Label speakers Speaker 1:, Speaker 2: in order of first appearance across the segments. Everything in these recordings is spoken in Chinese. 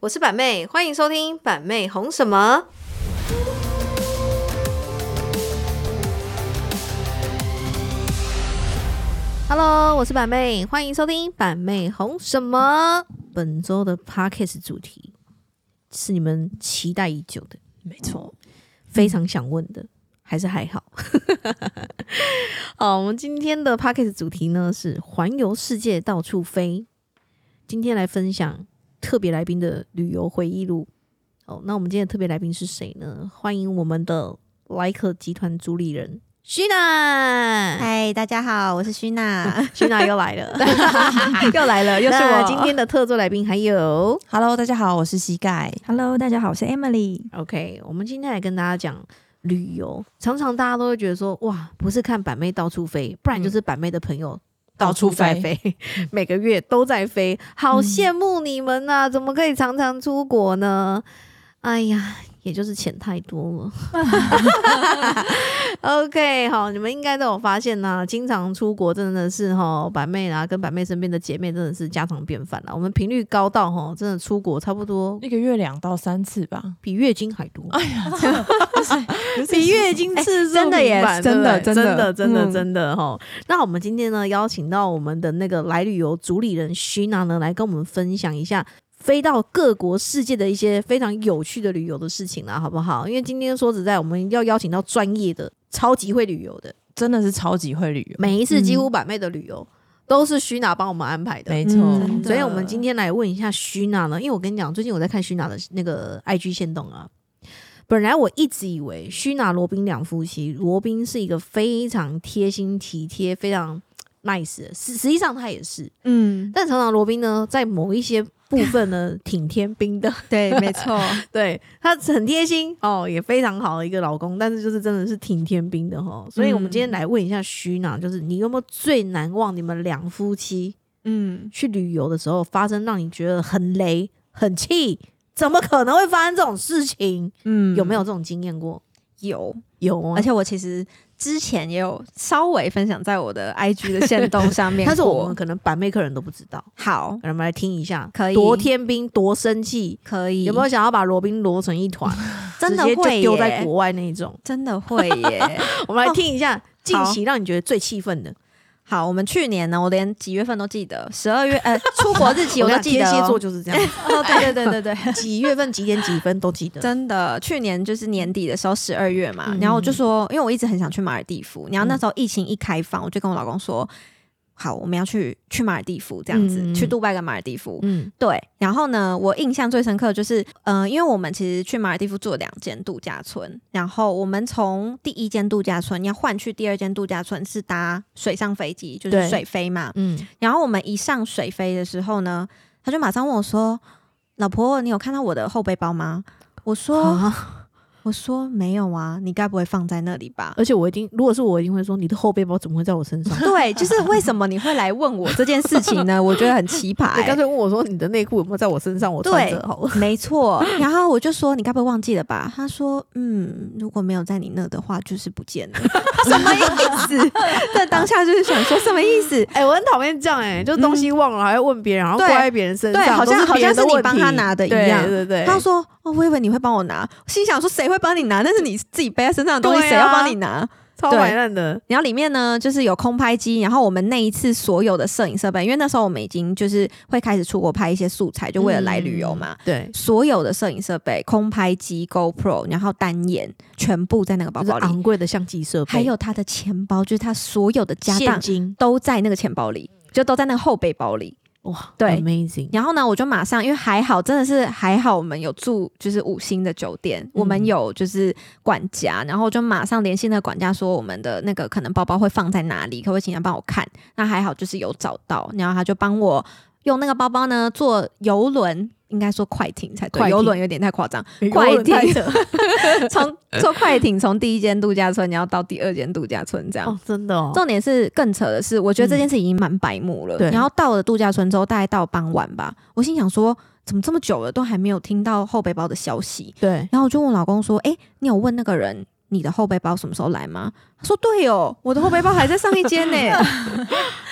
Speaker 1: 我是板妹，欢迎收听板妹红什么。Hello，我是板妹，欢迎收听板妹红什么。本周的 Podcast 主题是你们期待已久的，
Speaker 2: 没错，
Speaker 1: 非常想问的，还是还好。 好，我们今天的 p a c k a g e 主题呢是环游世界到处飞。今天来分享特别来宾的旅游回忆录。哦，那我们今天的特别来宾是谁呢？欢迎我们的莱克集团主理人徐娜，
Speaker 2: 嗨，大家好，我是徐 娜。
Speaker 1: 徐娜又来 了， 又来了，又是我
Speaker 2: 那
Speaker 1: 今天的特座来宾，还有
Speaker 2: Hello，大家好，我是膝盖。
Speaker 3: Hello，大家好，我是 Emily。
Speaker 1: OK，我们今天来跟大家讲旅游。常常大家都会觉得说，哇，不是看板妹到处飞，不然就是板妹的朋友。嗯到处在飞， 嗯每个月都在飞，好羡慕你们呐、怎么可以常常出国呢？哎呀，也就是钱太多了。OK，好，你们应该都有发现呐、经常出国真的是哈，板妹啊，跟板妹身边的姐妹真的是家常便饭啦。我们频率高到哈，真的出国差不多
Speaker 4: 一个月两到三次吧。
Speaker 1: 比月经还多。
Speaker 4: 比
Speaker 1: 比月经次数
Speaker 3: 真的耶
Speaker 1: 频繁
Speaker 3: 真的
Speaker 1: 对不对真
Speaker 3: 真的
Speaker 1: 真的
Speaker 3: 嗯
Speaker 1: 真的哈。那我们今天呢，邀请到我们的那个来旅游主理人徐娜呢，来跟我们分享一下。飞到各国世界的一些非常有趣的旅游的事情啦，好不好？因为今天说实在，我们要邀请到专业的、超级会旅游的，
Speaker 4: 真的是超级会旅游，
Speaker 1: 每一次几
Speaker 3: 嗯
Speaker 1: 乎板妹的旅游、都是徐娜帮我们安排的。
Speaker 4: 没错，
Speaker 3: 嗯真的
Speaker 1: 所以，我们今天来问一下徐娜呢，因为我跟你讲，最近我在看徐娜的那个 IG 线动啊。本来我一直以为徐娜罗宾两夫妻，罗宾是一个非常贴心体贴、非常 nice 的，实实际上他也是。
Speaker 3: 嗯，
Speaker 1: 但常常罗宾呢，在某一些部分呢， 挺天兵的，
Speaker 3: 对，没错，
Speaker 1: 对他很贴心哦，也非常好的一个老公，但是就是真的是挺天兵的哈、哦。所以，我们今天来问一下徐娜，就是你有没有最难忘你们两夫妻
Speaker 3: 嗯，
Speaker 1: 去旅游的时候发生让你觉得很雷、很气，怎么可能会发生这种事情？
Speaker 3: 嗯
Speaker 1: 有没有这种经验过？
Speaker 3: 有？
Speaker 1: 有啊
Speaker 3: 而，且我其实之前也有稍微分享在我的 IG 的线动上 面过，
Speaker 1: 但是我们可能板妹客人都不知道，
Speaker 3: 好，
Speaker 1: 让我们来听一下，
Speaker 3: 可以
Speaker 1: 多天兵多生气，
Speaker 3: 可以，
Speaker 1: 有没有想要把罗宾罗成一 团，
Speaker 3: 真的
Speaker 1: 直接就
Speaker 3: 会
Speaker 1: 丢在
Speaker 3: 耶？
Speaker 1: 国外那一种？
Speaker 3: 真的会耶！
Speaker 1: 我们来听一下近期让你觉得最气愤的，
Speaker 3: 好，我们去年呢，我连几月份都记得，十二月呃，出国 日期我都
Speaker 1: 跟你
Speaker 3: 记得
Speaker 1: 讲
Speaker 3: 哦。
Speaker 1: 天蝎座就是这样，
Speaker 3: 哦，对对对 对对，
Speaker 1: 几月份几点几分都记得。
Speaker 3: 真的，去年就是年底的时候，十二月嘛，
Speaker 1: 嗯
Speaker 3: 然后我就说，因为我一直很想去马尔蒂夫，然后那时候疫情一开放，我就跟我老公说，好，我们要去去马尔蒂夫这样子，
Speaker 1: 嗯嗯嗯
Speaker 3: 去杜拜跟马尔蒂夫。
Speaker 1: 嗯，
Speaker 3: 对，然后呢，我印象最深刻的就是，呃，因为我们其实去马尔蒂夫住了两间度假村，然后我们从第一间度假村要换去第二间度假村是搭水上飞机，就
Speaker 1: 对
Speaker 3: 是水飞嘛。
Speaker 1: 嗯，
Speaker 3: 然后我们一上水飞的时候呢，他就马上问我说：“老婆，你有看到我的后背包吗？”我说
Speaker 1: 啊！：“
Speaker 3: 我说没有啊，你该不会放在那里吧
Speaker 1: 而且我一定，如果是我，一定会说你的后背包怎么会在我身上？”？
Speaker 3: 对，就是为什么你会来问我这件事情呢？我觉得很奇葩、
Speaker 1: 哎你干
Speaker 3: 欸。
Speaker 1: 脆问我说你的内裤有没有在我身上，我穿
Speaker 3: 对
Speaker 1: 着好了。，
Speaker 3: 没错。然后我就说：“你该不会忘记了吧？”他说：“嗯，如果没有在你那的话，就是不见了。” 什么意思？ 在当下就是想说什么意思？
Speaker 1: 哎、我很讨厌这样哎、就东西忘了、还要问别人，然后怪
Speaker 3: 对
Speaker 1: 在别人身上，
Speaker 3: 对好像
Speaker 1: 都是别人的
Speaker 3: 好像是你
Speaker 1: 问题
Speaker 3: 帮他拿的一样
Speaker 1: 对对对。
Speaker 3: 他说：“哦，我以为你会帮我拿。”心想说：“谁会帮你拿？那是你自己背在身上的东西，
Speaker 1: 对啊
Speaker 3: 谁要帮你拿？”
Speaker 1: 超
Speaker 3: 对
Speaker 1: 白烂的，
Speaker 3: 然后里面呢，就是有空拍机，然后我们那一次所有的摄影设备，因为那时候我们已经就是会开始出国拍一些素材，就为了来旅游嘛。
Speaker 1: 嗯，对，
Speaker 3: 所有的摄影设备，空拍机、GoPro，然后单眼，全部在那个包
Speaker 1: 就是
Speaker 3: 包里，
Speaker 1: 昂贵的相机设备，
Speaker 3: 还有他的钱包，就是他所有的家
Speaker 1: 现
Speaker 3: 当
Speaker 1: 金，
Speaker 3: 都在那个钱包里，就都在那个后背包里。
Speaker 1: 哇，
Speaker 3: 对
Speaker 1: ，amazing，
Speaker 3: 然后呢，我就马上，因为还好，真的是还好，我们有住就是五星的酒店，我
Speaker 1: 嗯
Speaker 3: 们有就是管家，然后就马上联系那个管家说我们的那个可能包包会放在哪里，可不可以请他帮我看？那还好，就是有找到，然后他就帮我用那个包包呢坐游轮，应该说快艇才
Speaker 1: 快
Speaker 3: 对，
Speaker 1: 艇
Speaker 3: 游轮有点太夸张，
Speaker 1: 哎呦
Speaker 3: 快艇
Speaker 1: 太扯
Speaker 3: 从坐快艇从第一间度假村，然后到第二间度假村这 样。
Speaker 1: 哦，真的哦，嗯
Speaker 3: 重点是更扯的是，我觉得这件事已经蛮白目了。
Speaker 1: 对
Speaker 3: 然后到了度假村之后，大概到傍晚吧，我心想说，怎么这么久了都还没有听到后背包的消息？
Speaker 1: 对，
Speaker 3: 然后我就问我老公说：“哎、你有问那个人你的后背包什么时候来吗？”他说：“对哦，我的后背包还在上一 间呢。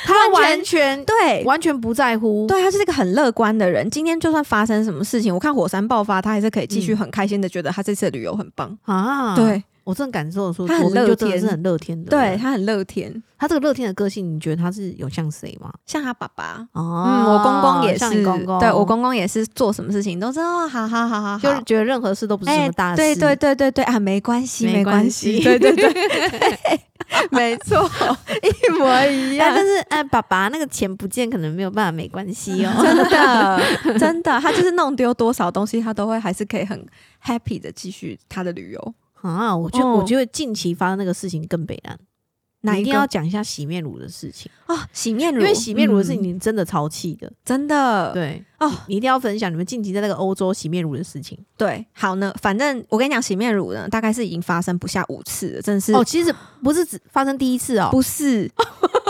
Speaker 1: 他完全”
Speaker 3: 对，
Speaker 1: 完全不在乎，
Speaker 3: 对，他就是一个很乐观的人。今天就算发生什么事情，我看火山爆发，他还是可以继续很开心的觉得他这次的旅游很棒。
Speaker 1: 嗯啊，
Speaker 3: 对，
Speaker 1: 我真的感受说，
Speaker 3: 他很
Speaker 1: 国民就
Speaker 3: 乐
Speaker 1: 真的是
Speaker 3: 天
Speaker 1: 很乐天的
Speaker 3: 对
Speaker 1: 人。
Speaker 3: 他很乐天，
Speaker 1: 他这个乐天的个性，你觉得他是有像谁吗？
Speaker 3: 像他爸爸。
Speaker 1: 哦，
Speaker 3: 嗯，我公公也
Speaker 1: 像你
Speaker 3: 是，
Speaker 1: 公公，
Speaker 3: 对我公公也是做什么事情都知道，好好好好好，哎
Speaker 1: 就是觉得任何事都不是什么大事，
Speaker 3: 对对对对对啊，没关系，
Speaker 1: 没
Speaker 3: 没
Speaker 1: 关系
Speaker 3: 对对对， 没错，一模一
Speaker 1: 哎，
Speaker 3: 样
Speaker 1: 但。是哎，爸爸那个钱不见，可能没有办法，没关系哦。
Speaker 3: 真 的，真的，他就是弄丢多少东西，他都会还是可以很 happy 的继续他的旅游。
Speaker 1: 啊，我觉得、
Speaker 3: 哦
Speaker 1: 我觉得近期发生那个事情更北然，
Speaker 3: 哪
Speaker 1: 你一
Speaker 3: 个
Speaker 1: 定要讲一下洗面乳的事情，
Speaker 3: 哦，洗面
Speaker 1: 因
Speaker 3: 乳，
Speaker 1: 为洗面乳的事情
Speaker 3: 嗯
Speaker 1: 你真的超气的，
Speaker 3: 真的
Speaker 1: 对
Speaker 3: 哦
Speaker 1: 你一定要分享你们近期在那个欧洲洗面乳的事情。
Speaker 3: 对。好呢，反正我跟你讲，洗面乳呢，大概是已经发生不下五次了，真的是
Speaker 1: 哦，其实不是只发生第一次哦，
Speaker 3: 不是。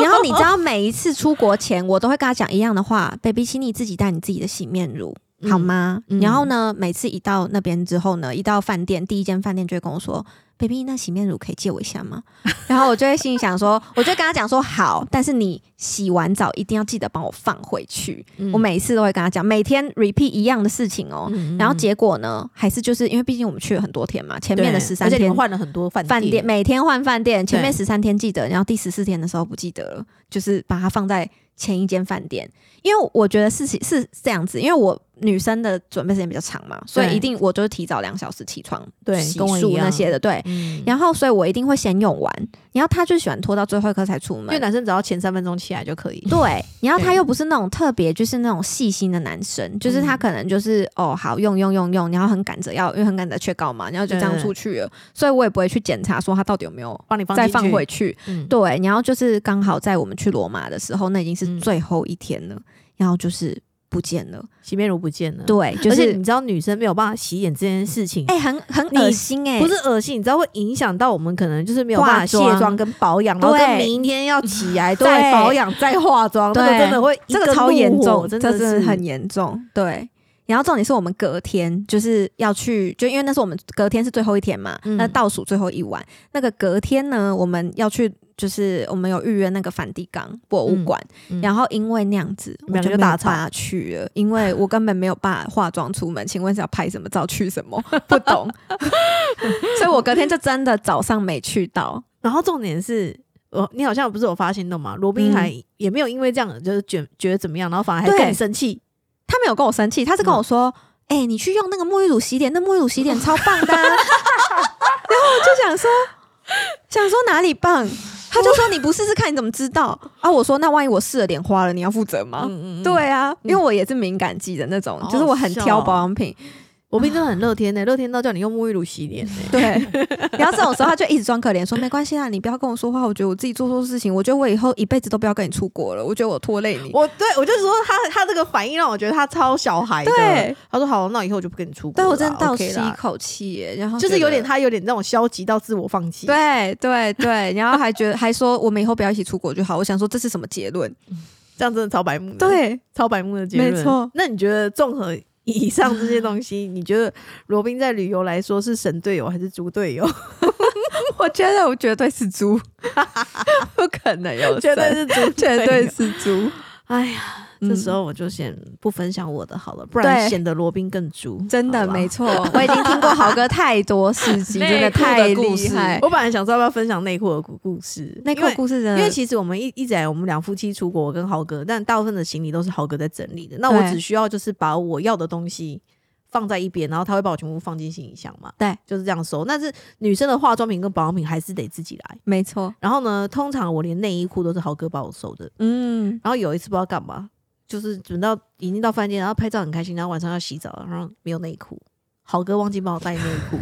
Speaker 3: 然后你知道，每一次出国前，我都会跟他讲一样 的话：“baby，请你自己带你自己的洗面乳。”
Speaker 1: 嗯
Speaker 3: 好吗？
Speaker 1: 嗯
Speaker 3: 然后呢，每次一到那边之后呢，一到饭店，第一间饭店就会跟我说：“baby，那洗面乳可以借我一下 吗？”然后我就会心里想说， 我就跟他讲说：“好，但是你洗完澡一定要记得帮我放回去。
Speaker 1: 嗯
Speaker 3: 我每一次都会跟他讲，每天 repeat 一样的事情哦。
Speaker 1: 嗯嗯
Speaker 3: 然后
Speaker 1: 嗯
Speaker 3: 结果呢，还是就是因为毕竟我们去了很多天嘛，前面的
Speaker 1: 对
Speaker 3: 十三
Speaker 1: 而且你
Speaker 3: 天
Speaker 1: 们换了很多饭
Speaker 3: 饭店，每天换饭店，前面
Speaker 1: 对
Speaker 3: 十三天记得，然后第十四天的时候不记得了，就是把它放在前一间饭店，因为我觉得事情是这样子，因为我女生的准备时间比较长嘛，所以一定我就是提早两小时起床，
Speaker 1: 对
Speaker 3: 洗
Speaker 1: 跟我一
Speaker 3: 漱那
Speaker 1: 样
Speaker 3: 些的，对。
Speaker 1: 嗯，
Speaker 3: 然后，所以我一定会先用完。然后他就喜欢拖到最后一刻才出
Speaker 1: 因为
Speaker 3: 门，
Speaker 1: 男生只要前三分钟起来就可以，
Speaker 3: 对。然后他
Speaker 1: 对
Speaker 3: 又不是那种特别，就是那种细心的男生，就是他
Speaker 1: 嗯
Speaker 3: 可能就是、哦，好用用用用，然后很赶着要，因为很赶着缺稿嘛，然后就这样
Speaker 1: 对
Speaker 3: 出去了。所以我也不会去检查说他到底有没有
Speaker 1: 帮你放
Speaker 3: 再
Speaker 1: 进
Speaker 3: 放
Speaker 1: 去
Speaker 3: 回，去。
Speaker 1: 嗯，
Speaker 3: 对，然后就是刚好在我们去罗马的时候，那已经
Speaker 1: 嗯
Speaker 3: 是最后一天了，然后就是不见了。
Speaker 1: 洗面乳不见了，，
Speaker 3: 对，就
Speaker 1: 而且
Speaker 3: 是
Speaker 1: 你知道女生没有办法洗脸这件事情，
Speaker 3: 哎、很很
Speaker 1: 你
Speaker 3: 恶心哎、
Speaker 1: 不是恶心，你知道会影响到我们可能就是没有办法
Speaker 3: 化
Speaker 1: 卸
Speaker 3: 妆
Speaker 1: 妆跟保养，然后
Speaker 3: 对
Speaker 1: 跟明天要起来
Speaker 3: 对
Speaker 1: 再保养再 化妆，那个
Speaker 3: 对
Speaker 1: 真的会一
Speaker 3: 这个
Speaker 1: 个
Speaker 3: 超
Speaker 1: 怒
Speaker 3: 严
Speaker 1: 火
Speaker 3: 重，
Speaker 1: 真
Speaker 3: 这
Speaker 1: 的是
Speaker 3: 真的很严重。对，然后重点是我们隔天就是要去，就因为那是我们隔天是最后一天嘛，
Speaker 1: 嗯
Speaker 3: 那倒数最后一晚，那个隔天呢，我们要去。就是我们有预约那个梵蒂冈博物馆，
Speaker 1: 嗯嗯
Speaker 3: 然后因为那样子，
Speaker 1: 你
Speaker 3: 我
Speaker 1: 们两个就
Speaker 3: 就没有
Speaker 1: 大吵
Speaker 3: 办法去了，因为我根本没有办法化妆出门。请问是要拍什么照去什么？ 不懂，所以我隔天就真的早上没去到。
Speaker 1: 然后重点是。我你好像不是有发现的嘛？罗宾还也没有因为这样就是觉觉得怎么样，然后反而还
Speaker 3: 嗯对
Speaker 1: 更生气。
Speaker 3: 他没有跟我生气，他是跟
Speaker 1: 嗯
Speaker 3: 我说：“哎、你去用那个沐浴乳洗脸，那沐浴 乳洗脸超棒的、啊。”然后我就想说，想说哪 里棒？他就说：“你不试试看，你怎么知道？”啊，我说：“那万一我试了脸花了，你要负责吗？”
Speaker 1: 嗯
Speaker 3: 对，啊，因为我也是敏感肌的那种，
Speaker 1: 好好
Speaker 3: 就是我很
Speaker 1: 笑
Speaker 3: 挑
Speaker 1: 哦
Speaker 3: 保养品。
Speaker 1: 罗宾真的很乐天呢、乐天到叫你用沐浴乳洗脸呢、
Speaker 3: 对， 然后这种时候他就一直装可怜，说没关系啦，啊你不要跟我说话，我觉得我自己做错事情，我觉得我以后一辈子都不要跟你出国了，我觉得我拖累你。
Speaker 1: 我对我就说他他这个反应让我觉得他超小孩的。
Speaker 3: 对，
Speaker 1: 他说好，那以后我就不跟你出国了。
Speaker 3: 但我真的倒
Speaker 1: OK
Speaker 3: 吸
Speaker 1: 啦
Speaker 3: 一口气耶，然后
Speaker 1: 就是
Speaker 3: 觉
Speaker 1: 有
Speaker 3: 得
Speaker 1: 点他有点那种消极到自我放弃。
Speaker 3: 对对对，然后还觉得还说我们以后不要一起出国就好。我想说这是什么结论？
Speaker 1: 这样真的超白目的，，
Speaker 3: 对，
Speaker 1: 超白目的结论。
Speaker 3: 没错。
Speaker 1: 那你觉得综合以上这些东西，你觉得罗宾在旅游来说是神队友还是猪队友？
Speaker 3: 我觉得我绝对是猪， 不可能有
Speaker 1: 绝对
Speaker 3: 神
Speaker 1: 是猪，
Speaker 3: 绝对。是猪，
Speaker 1: 哎呀，这时候我就先不分享我的好了，不然
Speaker 3: 对
Speaker 1: 显得罗宾更猪。
Speaker 3: 真的
Speaker 1: 好吧
Speaker 3: 没错。我已经听过豪哥太多事迹，真的
Speaker 4: 内裤的
Speaker 3: 太
Speaker 4: 故
Speaker 3: 厉
Speaker 4: 事
Speaker 3: 害。
Speaker 1: 我本来想说要不要分享内裤的故故事，
Speaker 3: 内
Speaker 1: 因
Speaker 3: 裤
Speaker 1: 为
Speaker 3: 故事真
Speaker 1: 因为
Speaker 3: 的，
Speaker 1: 其实我们一一直以来，我们两夫妻出国，我跟豪哥，但大部分的行李都是豪哥在整理的。那我
Speaker 3: 对
Speaker 1: 只需要就是把我要的东西放在一边，然后他会把我全部放进行李箱嘛。
Speaker 3: 对，
Speaker 1: 就是这样收。但是女生的化妆品跟保养品还是得自己来。
Speaker 3: 没错，
Speaker 1: 然后呢，通常我连内衣裤都是豪哥帮我收的。
Speaker 3: 嗯，
Speaker 1: 然后有一次不知道干嘛，就是等到已经到饭店，然后拍照很开心，然后晚上要洗澡，然后没有内裤，豪哥忘记帮我带内 裤。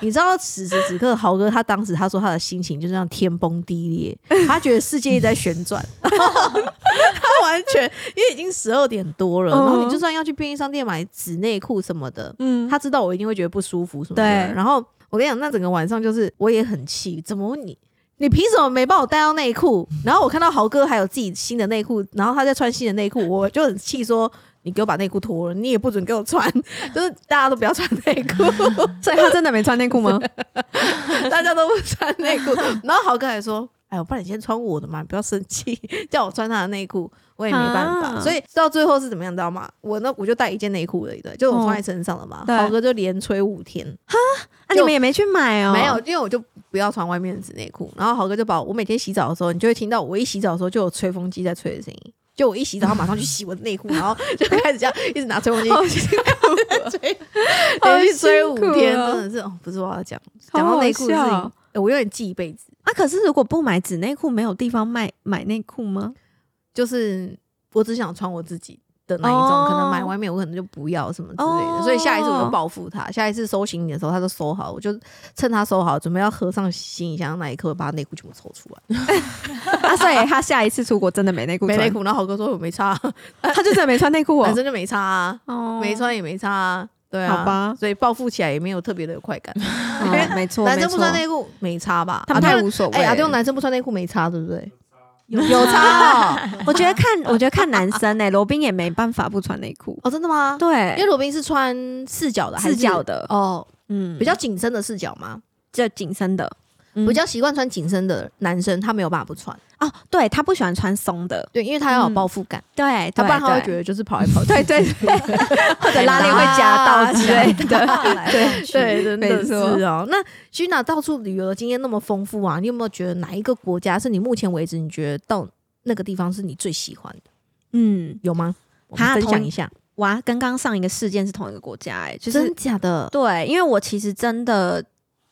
Speaker 1: 你知道此时此刻，豪哥他当时他说他的心情就这样天崩地裂， 他觉得世界一直在旋转，然后他完全因为已经十二点多了，
Speaker 3: 嗯
Speaker 1: 然后你就算要去便利商店买纸内裤什么的，
Speaker 3: 嗯，
Speaker 1: 他知道我一定会觉得不舒服什么的。
Speaker 3: 对
Speaker 1: 然后我跟你讲，那整个晚上就是我也很气，怎么你你凭什么没帮我带到 内裤？然后我看到豪哥还有自己新的内裤，然后他在穿新的内裤，我就很气说。你给我把内裤脱了，你也不准给我穿， 就是大家都不要穿内 裤，
Speaker 3: 所以他真的没穿内裤 吗？
Speaker 1: 大家都不穿内 裤。然后豪哥还说：“哎，我帮你先穿我的嘛，不要生气， 叫我穿他的内裤，我也没办法。
Speaker 3: 啊
Speaker 1: 所以到最后是怎么样，你知道吗？我那我就带一件内裤而已的，就我放在身上了嘛。
Speaker 3: 啊对
Speaker 1: 豪哥就连吹五天，
Speaker 3: 啊，你们也没去买哦？
Speaker 1: 没有，，因为我就不要穿外面的纸内裤。然后豪哥就把我我每天洗澡的时候，你就会听到我一洗澡的时候就有吹风机在吹的声音。就我一洗澡，他马上去洗我的内裤， 然后就开始这样一直拿吹风
Speaker 3: 哦
Speaker 1: 机
Speaker 3: 啊
Speaker 1: 吹，连续吹五天，
Speaker 3: 好辛苦啊
Speaker 1: 真的是哦，不是我要讲，
Speaker 3: 好
Speaker 1: 讲
Speaker 3: 好
Speaker 1: 到内裤的事
Speaker 3: 笑
Speaker 1: 情，哎我有点记一辈子。
Speaker 3: 啊，可是如果不买纸内裤，没有地方卖买内裤吗？
Speaker 1: 就是我只想穿我自己的那一种，
Speaker 3: 哦
Speaker 1: 可能买外面我可能就不要什么之类的。
Speaker 3: 哦
Speaker 1: 所以下一次我就报复他，下一次收行李的时候，他就收好，我就趁他收好准备要合上行李箱那一刻，我把他内裤全部抽出来，
Speaker 3: 啊，所以他下一次出国真的没内裤
Speaker 1: 没
Speaker 3: 穿，
Speaker 1: 内，裤。然后豪哥说我没差、啊，
Speaker 3: 他就真的没穿内裤
Speaker 1: 男
Speaker 3: 哦，
Speaker 1: 生就没差、啊，
Speaker 3: 哦
Speaker 1: 没，穿也没差、啊，对啊，
Speaker 3: 好吧
Speaker 1: 所以报复起来也没有特别的有快感。
Speaker 3: 哦没错，
Speaker 1: 男生不穿
Speaker 3: 没错，
Speaker 1: 内裤没差吧？
Speaker 3: 他们
Speaker 1: 啊
Speaker 3: 太
Speaker 1: 对
Speaker 3: 无所谓。
Speaker 1: 哎，阿用男生不穿内裤没差，对不对？ 有差 哦，
Speaker 3: 我觉 得看，我觉得看男生欸呢，罗宾也没办法不穿内裤，
Speaker 1: 哦，真的吗？因为
Speaker 3: 对，
Speaker 1: 罗宾是穿四角的，还是
Speaker 3: 四角的
Speaker 1: 哦，
Speaker 3: 嗯，嗯
Speaker 1: 比较紧身的视角嘛，
Speaker 3: 就紧身的
Speaker 1: 比较习惯穿紧身的男生，他没有办法不穿，
Speaker 3: 哦，对他不喜欢穿松的，
Speaker 1: 对，因为他要有包覆感，
Speaker 3: 对，
Speaker 1: 他不然他会
Speaker 3: 嗯对
Speaker 1: 觉得就是跑来跑去，
Speaker 3: 对对 对，或者拉链会夹到之类的， 对
Speaker 1: 对，真的
Speaker 3: 没
Speaker 1: 是
Speaker 3: 错
Speaker 1: 哦。那徐娜到处旅游的经验那么丰富啊，你有没有觉得哪一个国家是你目前为止你觉得到那个地方是你最喜欢的？
Speaker 3: 嗯，
Speaker 1: 有吗？我们
Speaker 3: 哈
Speaker 1: 分享
Speaker 3: 同
Speaker 1: 一下，
Speaker 3: 哇，跟刚上一个事件是同一个国家，哎，就是
Speaker 1: 真假的？
Speaker 3: 对，因为我其实真的。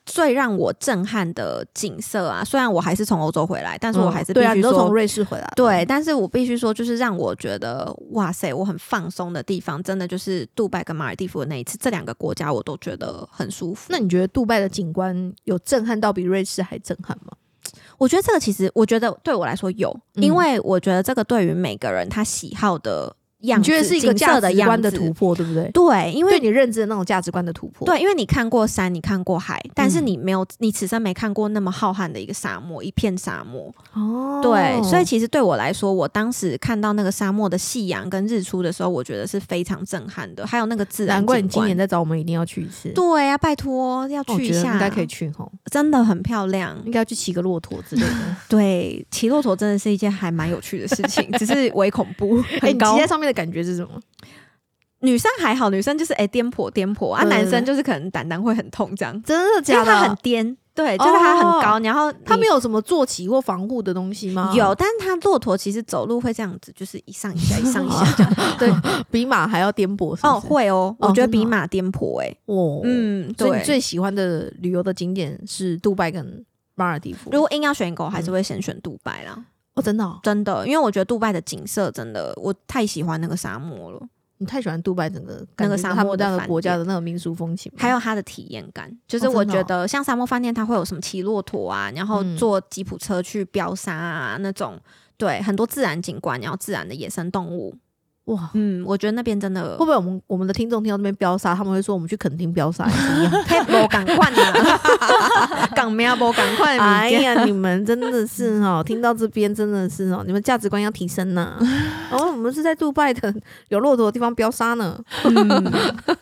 Speaker 3: 最让我震撼的景色啊，虽然我还是从欧洲回来，但是我
Speaker 1: 嗯
Speaker 3: 还是必
Speaker 1: 对啊，
Speaker 3: 须
Speaker 1: 你都
Speaker 3: 说
Speaker 1: 从，瑞士回来了，
Speaker 3: 对，但是我必须说，就是让我觉得哇塞，我很放松的地方，真的就是杜拜跟马尔代夫的那一次，这两个国家我都觉得很舒服。
Speaker 1: 那你觉得杜拜的景观有震撼到比瑞士还震撼吗？
Speaker 3: 我觉得这个其实，我觉得对我来说有，
Speaker 1: 嗯
Speaker 3: 因为我觉得这个对于每个人他喜好的样
Speaker 1: 你
Speaker 3: 子，
Speaker 1: 觉得是一个
Speaker 3: 景色
Speaker 1: 价
Speaker 3: 的
Speaker 1: 值观
Speaker 3: 样
Speaker 1: 的
Speaker 3: 子
Speaker 1: 突破，对不对？
Speaker 3: 对，因
Speaker 1: 对
Speaker 3: 为
Speaker 1: 你认知的那种价值观的突破，
Speaker 3: 对，因为你看过山，你看过海，但
Speaker 1: 嗯
Speaker 3: 是你没有，你此生没看过那么浩瀚的一个沙漠，一片沙漠。
Speaker 1: 哦
Speaker 3: 对，所以其实对我来说，我当时看到那个沙漠的夕阳跟日出的时候，我觉得是非常震撼的。还有那个自然
Speaker 1: 难
Speaker 3: 景观，
Speaker 1: 怪你今年在找我们，一定要去一次。
Speaker 3: 对啊，拜托要
Speaker 1: 哦我
Speaker 3: 去一
Speaker 1: 觉得
Speaker 3: 下，
Speaker 1: 应该可以，去嗯吼，
Speaker 3: 真的很漂亮
Speaker 1: 应。该去骑个骆驼之类 的。
Speaker 3: 对，骑骆驼真的是一件还蛮有趣的事情，只是微恐怖，
Speaker 1: 哎，
Speaker 3: 很
Speaker 1: 你
Speaker 3: 高。
Speaker 1: 骑在上面的感觉是什么？
Speaker 3: 女生还好，女生就是哎颠簸颠簸啊，
Speaker 1: 对对
Speaker 3: 男
Speaker 1: 对
Speaker 3: 生就是可能胆囊会很痛这样，
Speaker 1: 真的啊哦
Speaker 3: 因为他很？颠，对，就是他很高，然后
Speaker 1: 他没
Speaker 3: 有。
Speaker 1: 有什么坐骑或防护的东西吗？
Speaker 3: 有，但是他骆驼其实走路会这样子，就是一上一下，一上一下这样。
Speaker 1: 比马还要颠簸是不是
Speaker 3: 哦，会哦，
Speaker 1: 哦
Speaker 3: 我觉
Speaker 1: 真
Speaker 3: 得
Speaker 1: 的哦
Speaker 3: 比马颠簸哎。
Speaker 1: 哦，嗯，
Speaker 3: 嗯，
Speaker 1: 所以
Speaker 3: 对
Speaker 1: 你。最喜欢的旅游的景点是杜拜跟马尔代夫。
Speaker 3: 如果硬要选一个，我
Speaker 1: 嗯
Speaker 3: 还是会先选杜拜啦。
Speaker 1: 哦，真的哦，
Speaker 3: 真的，因为我觉得杜拜的景色真的，我太喜欢那个沙漠了，
Speaker 1: 你太喜欢杜拜整个
Speaker 3: 那
Speaker 1: 感
Speaker 3: 个
Speaker 1: 觉
Speaker 3: 沙
Speaker 1: 他
Speaker 3: 漠
Speaker 1: 们
Speaker 3: 的
Speaker 1: 那个
Speaker 3: 饭
Speaker 1: 国家
Speaker 3: 店
Speaker 1: 的那个民俗风情吗，
Speaker 3: 还有它的体验感。就是
Speaker 1: 哦
Speaker 3: 我
Speaker 1: 真的哦
Speaker 3: 觉得像沙漠饭店，它会有什么骑骆驼啊，然后
Speaker 1: 嗯
Speaker 3: 坐吉普车去飙沙啊那种，对，很多自然景观，然后自然的野生动物。
Speaker 1: 哇。
Speaker 3: 嗯，我觉得那边真的
Speaker 1: 会不会我们我们的听众听到这边飙沙，他们会说我们去垦丁飙沙也 是一样？
Speaker 3: 太无赶快啊， 港喵无赶快
Speaker 1: 哎
Speaker 3: 哎呀，
Speaker 1: 呀，你们真的是哦，听到这边真的是哦，你们价值观要提升 呐、哦，我们是在杜拜的有骆驼的地方飙沙呢。